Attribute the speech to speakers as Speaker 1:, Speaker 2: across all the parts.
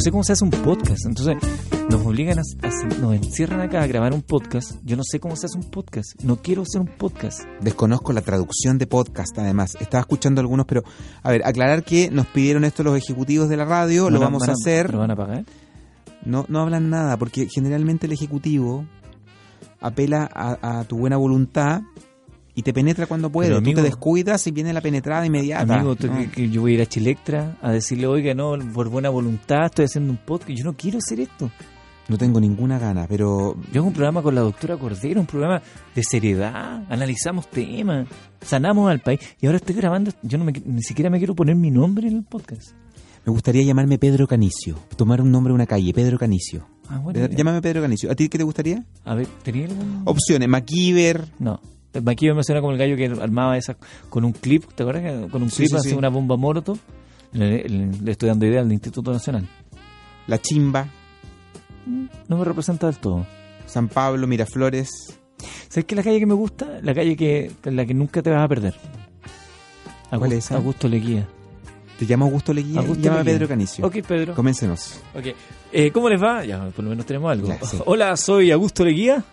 Speaker 1: sé cómo se hace un podcast. Entonces nos obligan a, a- nos encierran acá a grabar un podcast. Yo no sé cómo se hace un podcast. No quiero hacer un podcast.
Speaker 2: Desconozco la traducción de podcast, además. Estaba escuchando algunos, pero a ver, aclarar que nos pidieron esto los ejecutivos de la radio, lo
Speaker 1: Van
Speaker 2: vamos
Speaker 1: van
Speaker 2: a hacer.
Speaker 1: ¿Lo van a pagar?
Speaker 2: No, no hablan nada, porque generalmente el ejecutivo apela a, a tu buena voluntad y te penetra cuando puede.
Speaker 1: Pero,
Speaker 2: Tú
Speaker 1: amigo-
Speaker 2: te descuidas y viene la penetrada inmediata.
Speaker 1: Amigo, tú-
Speaker 2: ¿no?
Speaker 1: que- que yo voy a ir a Chilectra a decirle, oiga, no, por buena voluntad estoy haciendo un podcast. Yo no quiero hacer esto.
Speaker 2: No tengo ninguna gana, pero
Speaker 1: Yo hago un programa con la doctora Cordero, un programa de seriedad, analizamos temas, sanamos al país. Y ahora estoy grabando, yo no me, ni siquiera me quiero poner mi nombre en el podcast.
Speaker 2: me gustaría llamarme Pedro Canicio. Tomar un nombre de una calle, Pedro Canicio.
Speaker 1: Ah, bueno,
Speaker 2: Pedro-
Speaker 1: mira.
Speaker 2: Llámame Pedro Canicio. ¿A ti qué te gustaría?
Speaker 1: A ver, ¿tenía algún...?
Speaker 2: Opciones, MacGyver.
Speaker 1: No. Maquillo me suena como el gallo que armaba esas con un clip, ¿te acuerdas? que Con un
Speaker 2: Sí,
Speaker 1: clip
Speaker 2: sí,
Speaker 1: hace
Speaker 2: sí.
Speaker 1: una bomba moroto. Le, le- le estoy dando idea al Instituto Nacional.
Speaker 2: La Chimba,
Speaker 1: No me representa del todo.
Speaker 2: San Pablo, Miraflores.
Speaker 1: ¿Sabes qué es la calle que me gusta? La calle que en la que nunca te vas a perder. Augusto,
Speaker 2: ¿Cuál es esa?
Speaker 1: Augusto Leguía.
Speaker 2: Te llamo Augusto Leguía.
Speaker 1: Augusto
Speaker 2: Llama
Speaker 1: Leguía.
Speaker 2: Pedro Canicio.
Speaker 1: Ok, Pedro.
Speaker 2: Comencemos.
Speaker 1: Ok. Eh, ¿Cómo les va? Ya, por lo menos tenemos algo.
Speaker 2: Ya, sí.
Speaker 1: Hola, soy Augusto Leguía.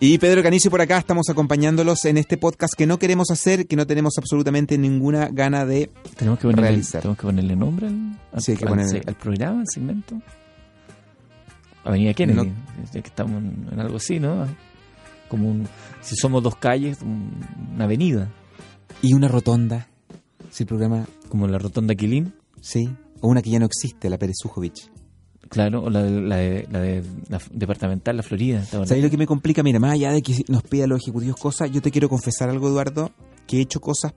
Speaker 2: Y Pedro Canicio por acá, estamos acompañándolos en este podcast que no queremos hacer, que no tenemos absolutamente ninguna gana de...
Speaker 1: Tenemos que ponerle,
Speaker 2: Realizar.
Speaker 1: tenemos que ponerle nombre al, al-
Speaker 2: Sí, hay que
Speaker 1: al se-
Speaker 2: ponerle-
Speaker 1: al programa, al segmento. Avenida Kennedy.
Speaker 2: No.
Speaker 1: Ya que estamos en, en algo así, ¿no? Como un- si somos dos calles, un- una avenida.
Speaker 2: Y una rotonda. Si el programa...
Speaker 1: Como la Rotonda Quilín,
Speaker 2: Sí. O una que ya no existe, la Pérez Sujovich.
Speaker 1: claro, o la de la, de, la, de- la f- departamental, la Florida. ¿te acuerdas?
Speaker 2: ¿Sabes lo que me complica? Mira, más allá de que nos pida a los ejecutivos cosas, yo te quiero confesar algo, Eduardo, que he hecho cosas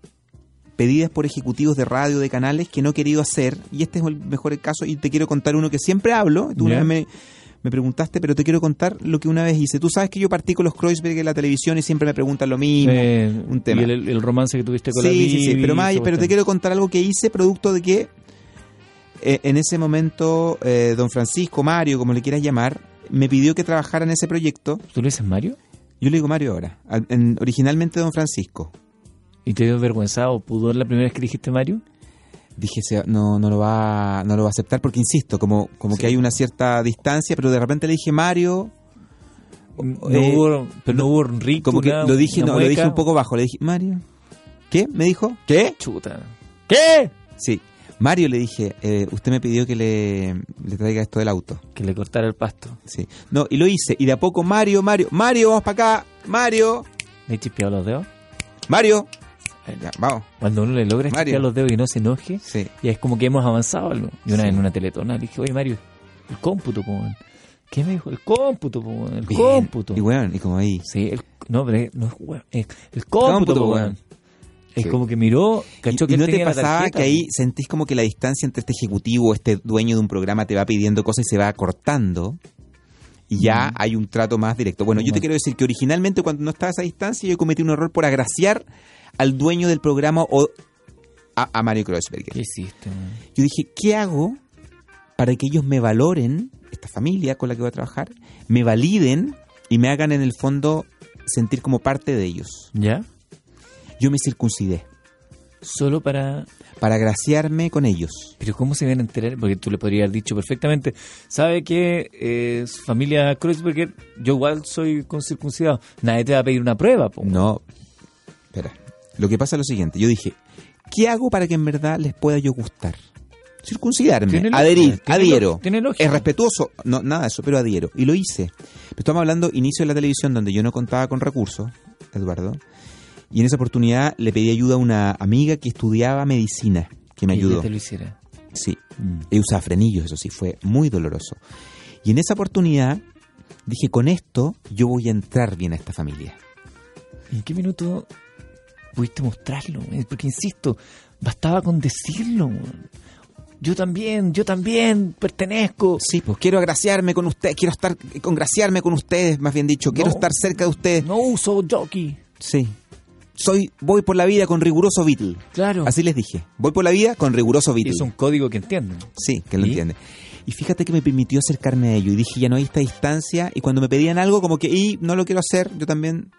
Speaker 2: pedidas por ejecutivos de radio, de canales, que no he querido hacer, y este es el mejor caso, y te quiero contar uno que siempre hablo, tú una
Speaker 1: Ya.
Speaker 2: vez me, me preguntaste, pero te quiero contar lo que una vez hice. Tú sabes que yo partí con los Kreuzberg en la televisión y siempre me preguntan lo mismo.
Speaker 1: Eh,
Speaker 2: un tema.
Speaker 1: Y el, el romance que tuviste con la
Speaker 2: Sí, sí, sí,
Speaker 1: Bibi,
Speaker 2: pero, más,
Speaker 1: esa
Speaker 2: pero te
Speaker 1: cuestión.
Speaker 2: quiero contar algo que hice producto de que eh, en ese momento eh, don Francisco, Mario, como le quieras llamar, me pidió que trabajara en ese proyecto.
Speaker 1: ¿Tú le dices Mario?
Speaker 2: Yo le digo Mario ahora, al- en- originalmente don Francisco.
Speaker 1: ¿Y te dio vergüenza o pudor la primera vez que le dijiste Mario?
Speaker 2: Dije, "Se- no, no, lo va, no lo va a aceptar porque, insisto, como, como
Speaker 1: Sí.
Speaker 2: que hay una cierta distancia, pero de repente le dije Mario,
Speaker 1: No
Speaker 2: eh,
Speaker 1: hubo, pero no, hubo un rico.
Speaker 2: como que
Speaker 1: nada,
Speaker 2: lo dije,
Speaker 1: una
Speaker 2: no, lo dije
Speaker 1: mueca.
Speaker 2: un poco bajo, le dije, Mario, ¿qué? ¿Me dijo? ¿Qué?
Speaker 1: Chuta. ¿Qué?
Speaker 2: Sí, Mario le dije, eh, usted me pidió que le, le traiga esto del auto.
Speaker 1: Que le cortara el pasto.
Speaker 2: Sí. No, y lo hice. Y de a poco Mario, Mario, Mario, vamos para acá. Mario,
Speaker 1: ¿Le he chispeado los dedos?
Speaker 2: Mario. Ya, vamos.
Speaker 1: Cuando uno le logra
Speaker 2: Mario.
Speaker 1: chispear los dedos y no se enoje,
Speaker 2: Sí.
Speaker 1: ya es como que hemos avanzado algo. Y una
Speaker 2: Sí.
Speaker 1: vez en una teletona le dije, oye Mario, el cómputo, po, weón". ¿Qué me dijo? El cómputo, po, weón, el
Speaker 2: Bien.
Speaker 1: cómputo.
Speaker 2: Y bueno, y como ahí.
Speaker 1: Sí, el, no, pero es- no es weón, es el cómputo,
Speaker 2: Cómputo,
Speaker 1: po,
Speaker 2: po,
Speaker 1: weón.
Speaker 2: weón.
Speaker 1: Es
Speaker 2: Sí.
Speaker 1: como que miró, cachó
Speaker 2: Y-
Speaker 1: que
Speaker 2: y
Speaker 1: él
Speaker 2: no te
Speaker 1: tenía la
Speaker 2: pasaba
Speaker 1: tarjeta,
Speaker 2: que ahí
Speaker 1: po.
Speaker 2: sentís como que la distancia entre este ejecutivo, este dueño de un programa te va pidiendo cosas y se va acortando. Y ya hay un trato más directo. Bueno, yo
Speaker 1: Bueno.
Speaker 2: te quiero decir que originalmente cuando no estaba a esa distancia yo cometí un error por agraciar al dueño del programa o a, a Mario Kreuzberger.
Speaker 1: ¿Qué hiciste, weón?
Speaker 2: Yo dije, ¿qué hago para que ellos me valoren, esta familia con la que voy a trabajar, me validen y me hagan en el fondo sentir como parte de ellos?
Speaker 1: ¿Ya?
Speaker 2: Yo me circuncidé
Speaker 1: Solo para
Speaker 2: para graciarme con ellos.
Speaker 1: Pero ¿cómo se van a enterar? Porque tú le podrías haber dicho perfectamente, ¿sabe que familia Kreuzberger, yo igual soy concircuncidado? Nadie te va a pedir una prueba, po.
Speaker 2: No, espera. Lo que pasa es lo siguiente. Yo dije, ¿qué hago para que en verdad les pueda yo gustar?
Speaker 1: Tiene
Speaker 2: Circuncidarme,
Speaker 1: lógica,
Speaker 2: adherir,
Speaker 1: tiene
Speaker 2: adhiero.
Speaker 1: lógica, tiene lógica.
Speaker 2: Es respetuoso, no, nada de eso, pero adhiero. Y lo hice. Pero estamos hablando inicio de la televisión donde yo no contaba con recursos, Eduardo. Y en esa oportunidad le pedí ayuda a una amiga que estudiaba medicina, que me
Speaker 1: Y ella
Speaker 2: ayudó. Mm.
Speaker 1: te lo hiciera.
Speaker 2: Sí, ella usaba frenillos, eso sí, fue muy doloroso. Y en esa oportunidad dije, con esto yo voy a entrar bien a esta familia.
Speaker 1: ¿En qué minuto pudiste mostrarlo? Eh, Porque insisto, bastaba con decirlo. weón. Yo también, yo también pertenezco.
Speaker 2: Sí, pues quiero agraciarme con ustedes, quiero estar, eh, congraciarme con ustedes, más bien dicho, quiero
Speaker 1: No.
Speaker 2: estar cerca de ustedes.
Speaker 1: No uso jockey.
Speaker 2: Sí. Soy, voy por la vida con riguroso Beatle.
Speaker 1: Claro.
Speaker 2: Así les dije. Voy por la vida con riguroso Beatle.
Speaker 1: es un código que entienden.
Speaker 2: Sí, que lo
Speaker 1: ¿Y?
Speaker 2: entiende. Y fíjate que me permitió acercarme a ello y dije, ya no hay esta distancia. Y cuando me pedían algo, como que, y no lo quiero hacer, yo también.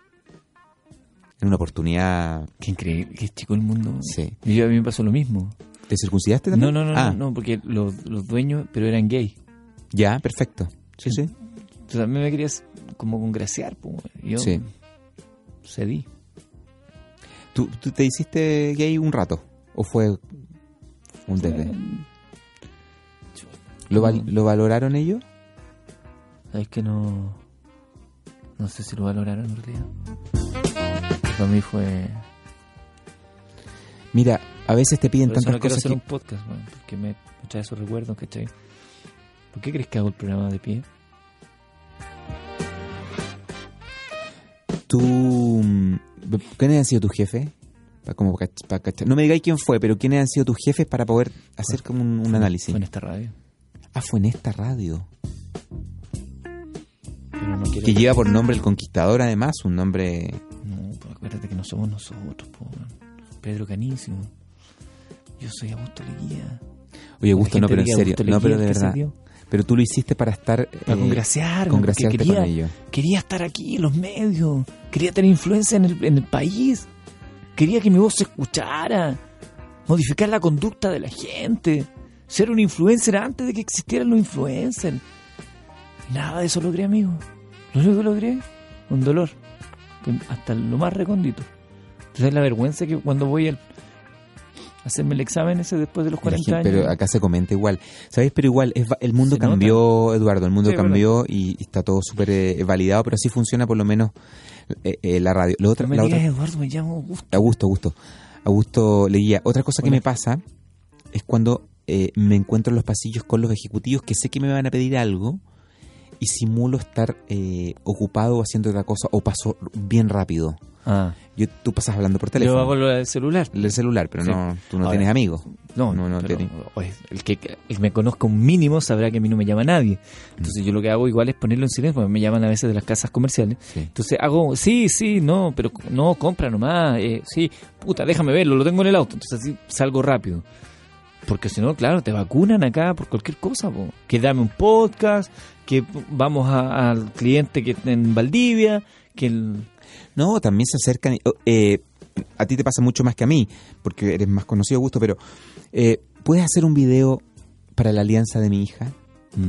Speaker 2: En una oportunidad.
Speaker 1: Qué increíble, qué chico el mundo.
Speaker 2: Sí.
Speaker 1: Y yo, a mí me pasó lo mismo.
Speaker 2: ¿Te circuncidaste
Speaker 1: No,
Speaker 2: también?
Speaker 1: no, no,
Speaker 2: Ah,
Speaker 1: no, no, porque los, los dueños, pero eran gay.
Speaker 2: Ya, perfecto. Sí, sí.
Speaker 1: Tú también me querías como congraciar, pues, weón. yo
Speaker 2: sí.
Speaker 1: cedí.
Speaker 2: ¿Tú, tú te hiciste gay un rato? ¿O fue un desde? ¿Lo, val- lo valoraron ellos?
Speaker 1: Sabes que no. No sé si lo valoraron en realidad. Para mí fue.
Speaker 2: Mira, a veces te piden
Speaker 1: Por eso
Speaker 2: tantas
Speaker 1: no quiero
Speaker 2: cosas
Speaker 1: hacer
Speaker 2: que...
Speaker 1: un podcast, weón, porque me me trae esos recuerdos, ¿cachai? ¿Por qué crees que hago el programa de pie?
Speaker 2: Tú... mm, ¿Quiénes han sido tus jefes? Pa- como pa- pa- cachar. no me digáis quién fue, pero ¿quiénes han sido tus jefes para poder hacer como un, un análisis?
Speaker 1: Fue en esta radio.
Speaker 2: Ah, fue en esta radio.
Speaker 1: Pero no quiero.
Speaker 2: Que lleva por nombre El Conquistador, además, un nombre...
Speaker 1: No, pero acuérdate que no somos nosotros, po, weón. Pedro Canicio. Yo soy Augusto Leguía.
Speaker 2: Oye, Augusto,
Speaker 1: La gente
Speaker 2: no, pero en
Speaker 1: diga
Speaker 2: serio.
Speaker 1: Augusto
Speaker 2: No, pero de
Speaker 1: Leguía, ¿qué se
Speaker 2: verdad.
Speaker 1: dio?
Speaker 2: Pero tú lo hiciste para estar...
Speaker 1: Para
Speaker 2: eh,
Speaker 1: congraciarme,
Speaker 2: congraciarte
Speaker 1: porque quería,
Speaker 2: con ellos.
Speaker 1: quería estar aquí en los medios, quería tener influencia en el, en el país, quería que mi voz se escuchara, modificar la conducta de la gente, ser un influencer antes de que existieran los influencers. Nada de eso logré, amigo. Lo único que logré, un dolor, que hasta lo más recóndito. Entonces la vergüenza que cuando voy al- a hacerme el examen ese después de los
Speaker 2: Y la
Speaker 1: 40
Speaker 2: gente-
Speaker 1: años...
Speaker 2: pero acá se comenta igual. ¿Sabéis? Pero igual, es va- el mundo
Speaker 1: Se nota.
Speaker 2: cambió, Eduardo, el mundo
Speaker 1: Sí,
Speaker 2: cambió y está todo súper eh, validado, pero así funciona por lo menos eh, eh, la radio. Lo otra,
Speaker 1: no me
Speaker 2: la
Speaker 1: digas,
Speaker 2: otra-
Speaker 1: Eduardo, me llamo Augusto.
Speaker 2: Augusto, Augusto. Augusto Leguía. Otra cosa que
Speaker 1: Hola.
Speaker 2: me pasa es cuando eh, me encuentro en los pasillos con los ejecutivos que sé que me van a pedir algo y simulo estar eh, ocupado haciendo otra cosa o paso bien rápido.
Speaker 1: Ah,
Speaker 2: Yo, tú pasas hablando por
Speaker 1: yo
Speaker 2: teléfono.
Speaker 1: hago lo del celular.
Speaker 2: el celular, pero
Speaker 1: Sí.
Speaker 2: no, tú no
Speaker 1: Ahora,
Speaker 2: tienes amigos.
Speaker 1: No,
Speaker 2: No,
Speaker 1: no,
Speaker 2: no,
Speaker 1: pero,
Speaker 2: Tony.
Speaker 1: oye, el que el que me conozca un mínimo sabrá que a mí no me llama nadie. Entonces yo lo que hago igual es ponerlo en silencio, porque me llaman a veces de las casas comerciales.
Speaker 2: Sí.
Speaker 1: Entonces hago, sí, sí, no, pero c- no, compra nomás, eh, sí, puta, déjame verlo, lo tengo en el auto. Entonces así salgo rápido. Porque si no, claro, te vacunan acá por cualquier cosa, po. que dame un podcast, que p- vamos a- al cliente que está en Valdivia, que el...
Speaker 2: No, también se acercan. y- oh, eh, a ti te pasa mucho más que a mí, porque eres más conocido, Gusto, pero eh, ¿puedes hacer un video para la alianza de mi hija?
Speaker 1: Mm.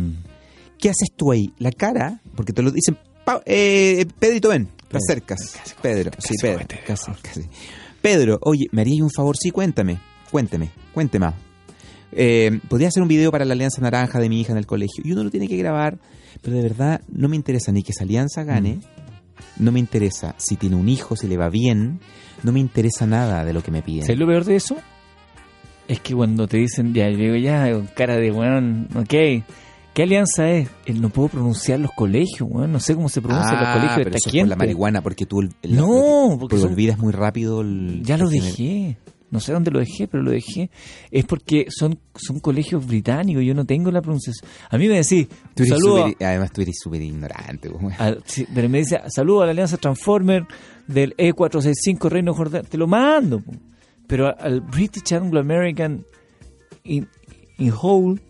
Speaker 2: ¿Qué haces tú ahí? La cara, porque te lo dicen, "Pa- eh, Pedrito, ven, te
Speaker 1: Pedro,
Speaker 2: acercas.
Speaker 1: casi
Speaker 2: Pedro,
Speaker 1: comete-
Speaker 2: sí,
Speaker 1: casi
Speaker 2: Pedro.
Speaker 1: comete
Speaker 2: Casi,
Speaker 1: error.
Speaker 2: casi. Pedro, oye, ¿me harías un favor? Sí, cuéntame, cuénteme, cuénteme. Eh, podría hacer un video para la Alianza Naranja de mi hija en el colegio. Y uno lo tiene que grabar, pero de verdad no me interesa ni que esa alianza gane. No me interesa si tiene un hijo, si le va bien. No me interesa nada de lo que me piden.
Speaker 1: ¿Sabes lo peor de eso? Es que cuando te dicen, ya, yo digo, ya, con cara de, weón, ok, ¿qué alianza es? El no puedo pronunciar los colegios, weón, no sé cómo se pronuncian los
Speaker 2: Ah,
Speaker 1: colegios de
Speaker 2: pero
Speaker 1: esta
Speaker 2: eso es por
Speaker 1: gente.
Speaker 2: la marihuana, porque tú el- el-
Speaker 1: no,
Speaker 2: lo que-
Speaker 1: porque
Speaker 2: porque
Speaker 1: son-
Speaker 2: olvidas muy rápido. el-
Speaker 1: ya lo
Speaker 2: el género.
Speaker 1: dejé. No sé dónde lo dejé, pero lo dejé. Es porque son, son colegios británicos, yo no tengo la pronunciación. A mí me decís,
Speaker 2: Tú eres
Speaker 1: saludo, Ah,
Speaker 2: súper- además, tú eres súper ignorante. po, weón.
Speaker 1: a- sí, pero me dice, saludo a la Alianza Transformer del E E465 Reino de Jordania. Te lo mando. po. Pero a- al British Anglo-American in, in Whole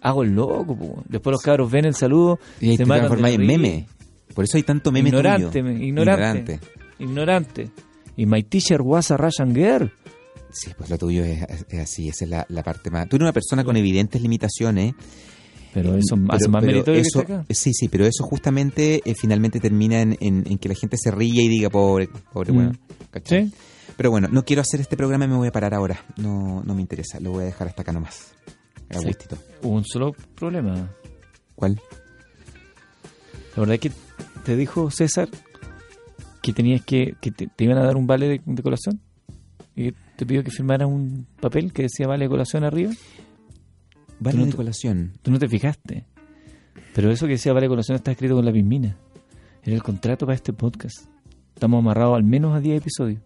Speaker 1: hago el loco. po. Después los cabros ven el saludo.
Speaker 2: Y ahí
Speaker 1: se
Speaker 2: te
Speaker 1: matan de
Speaker 2: transformás en
Speaker 1: reír.
Speaker 2: meme. Por eso hay tanto meme
Speaker 1: Ignorante,
Speaker 2: tuyo.
Speaker 1: me- ignorante. Ignorante. Y my teacher was a Russian girl.
Speaker 2: Sí, pues lo tuyo es, es así, esa es la, la parte más... Tú eres una persona con evidentes limitaciones.
Speaker 1: Pero eso es más,
Speaker 2: pero-
Speaker 1: más
Speaker 2: pero
Speaker 1: meritorio que
Speaker 2: eso-
Speaker 1: está acá.
Speaker 2: Sí, sí, pero eso justamente eh, finalmente termina en, en- en que la gente se ríe y diga, pobre, pobre,
Speaker 1: Mm.
Speaker 2: bueno. ¿cachai?
Speaker 1: Sí.
Speaker 2: Pero bueno, no quiero hacer este programa y me voy a parar ahora. No, no me interesa, lo voy a dejar hasta acá nomás. A
Speaker 1: Sí.
Speaker 2: gustito.
Speaker 1: Hubo un solo problema.
Speaker 2: ¿Cuál?
Speaker 1: La verdad es que te dijo César que tenías que, que te, te iban a dar un vale de, de colación. Y te pidió que firmaras un papel que decía vale de colación arriba.
Speaker 2: Vale
Speaker 1: no
Speaker 2: de
Speaker 1: te-
Speaker 2: colación.
Speaker 1: Tú no te fijaste. Pero eso que decía vale de colación está escrito con la pismina. Era el contrato para este podcast. Estamos amarrados al menos a 10 episodios.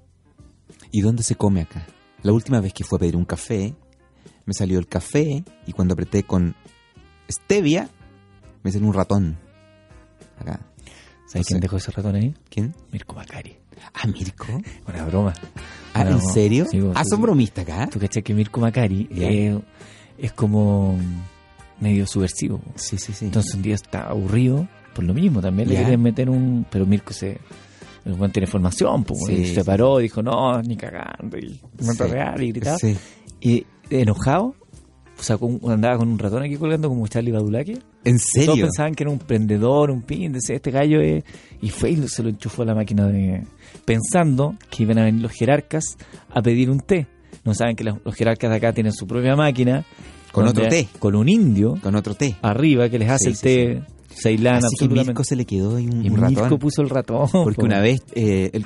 Speaker 2: ¿Y dónde se come acá? La última vez que fui a pedir un café, me salió el café y cuando apreté con stevia, me salió un ratón. Acá.
Speaker 1: ¿Sabes quién
Speaker 2: No sé.
Speaker 1: dejó ese ratón ahí?
Speaker 2: ¿Quién?
Speaker 1: Mirko Macari.
Speaker 2: Ah, Mirko.
Speaker 1: Una broma.
Speaker 2: Ah,
Speaker 1: Una
Speaker 2: ¿en
Speaker 1: broma.
Speaker 2: serio?
Speaker 1: Sí, vos,
Speaker 2: ah,
Speaker 1: sí.
Speaker 2: son bromistas acá.
Speaker 1: Tú cachas que Mirko Macari
Speaker 2: Ya.
Speaker 1: eh, es como medio subversivo.
Speaker 2: Sí, sí, sí.
Speaker 1: Entonces un día está aburrido, por lo mismo también le
Speaker 2: Ya.
Speaker 1: quieren meter un... Pero Mirko se... El buen tiene formación, pues,
Speaker 2: Sí,
Speaker 1: y
Speaker 2: sí.
Speaker 1: se paró y dijo, no, ni cagando, y
Speaker 2: Sí.
Speaker 1: no real, y gritaba.
Speaker 2: Sí.
Speaker 1: Y enojado, sacó un- andaba con un ratón aquí colgando como Charlie Badulaki.
Speaker 2: ¿En
Speaker 1: Todos
Speaker 2: serio?
Speaker 1: pensaban que era un prendedor, un pin, decía, este gallo es... Y fue y se lo enchufó a la máquina de... Pensando que iban a venir los jerarcas a pedir un té. No saben que los, los jerarcas de acá tienen su propia máquina.
Speaker 2: Con otro
Speaker 1: donde-
Speaker 2: té.
Speaker 1: Con un indio
Speaker 2: Con otro té.
Speaker 1: arriba que les hace
Speaker 2: Sí,
Speaker 1: el
Speaker 2: sí,
Speaker 1: té ceilán
Speaker 2: Así que
Speaker 1: Ah, absolutamente.
Speaker 2: Mirko se le quedó ahí un,
Speaker 1: y
Speaker 2: un
Speaker 1: Mirko
Speaker 2: ratón.
Speaker 1: puso el ratón.
Speaker 2: Porque
Speaker 1: po.
Speaker 2: una vez eh, él-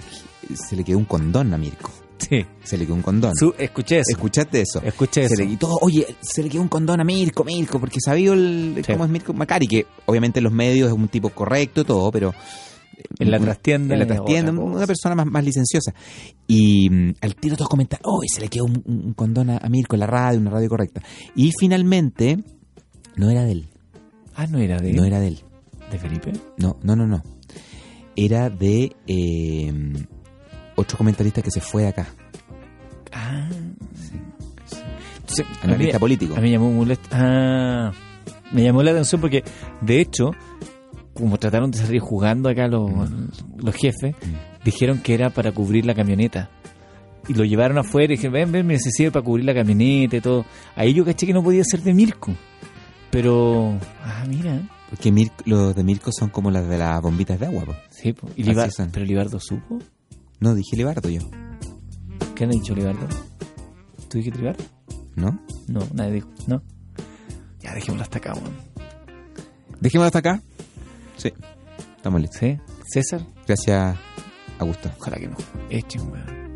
Speaker 2: se le quedó un condón a Mirko.
Speaker 1: Sí.
Speaker 2: Se le quedó un condón.
Speaker 1: Su- escuché eso.
Speaker 2: ¿Escuchaste eso?
Speaker 1: Escuché
Speaker 2: Se
Speaker 1: eso.
Speaker 2: le quitó, oye, se le quedó un condón a Mirko, Mirko, porque sabía el,
Speaker 1: Sí.
Speaker 2: cómo es Mirko Macari, que obviamente en los medios es un tipo correcto, todo, pero... eh,
Speaker 1: En la
Speaker 2: una-
Speaker 1: trastienda.
Speaker 2: en la
Speaker 1: es
Speaker 2: trastienda,
Speaker 1: otra
Speaker 2: una
Speaker 1: cosa.
Speaker 2: persona más, más licenciosa. Y mm, al tiro todos comentan, oh, se le quedó un, un- un condón a, a Mirko en la radio, una radio correcta. Y finalmente, no era de él,
Speaker 1: Ah, no era de,
Speaker 2: no era de él.
Speaker 1: de Felipe.
Speaker 2: No, no, no, no. Era de eh, otro comentarista que se fue de acá,
Speaker 1: Ah. Entonces, a mí-
Speaker 2: analista político.
Speaker 1: A mí me llamó molest- Ah, me llamó la atención porque, de hecho, como trataron de salir jugando acá los,
Speaker 2: Mm.
Speaker 1: los jefes, dijeron que era para cubrir la camioneta. Y lo llevaron afuera y dijeron, ven, ven, mira, se sirve para cubrir la camioneta y todo. Ahí yo caché que no podía ser de Mirko. Pero, ah, mira,
Speaker 2: Porque Mirko- los de Mirko son como las de las bombitas de agua, po.
Speaker 1: sí, po. y
Speaker 2: Así
Speaker 1: Libar-
Speaker 2: son.
Speaker 1: pero Libardo supo.
Speaker 2: No, dije Lebardo yo,
Speaker 1: ¿Qué han dicho Libardo? ¿Tú dijiste Libardo?
Speaker 2: ¿no?
Speaker 1: No, nadie dijo, no. Ya dejémoslo hasta acá, weón.
Speaker 2: Dejémoslo hasta acá. Sí, estamos listos.
Speaker 1: ¿Sí? César,
Speaker 2: Gracias, Augusto.
Speaker 1: ojalá que no echen, weón.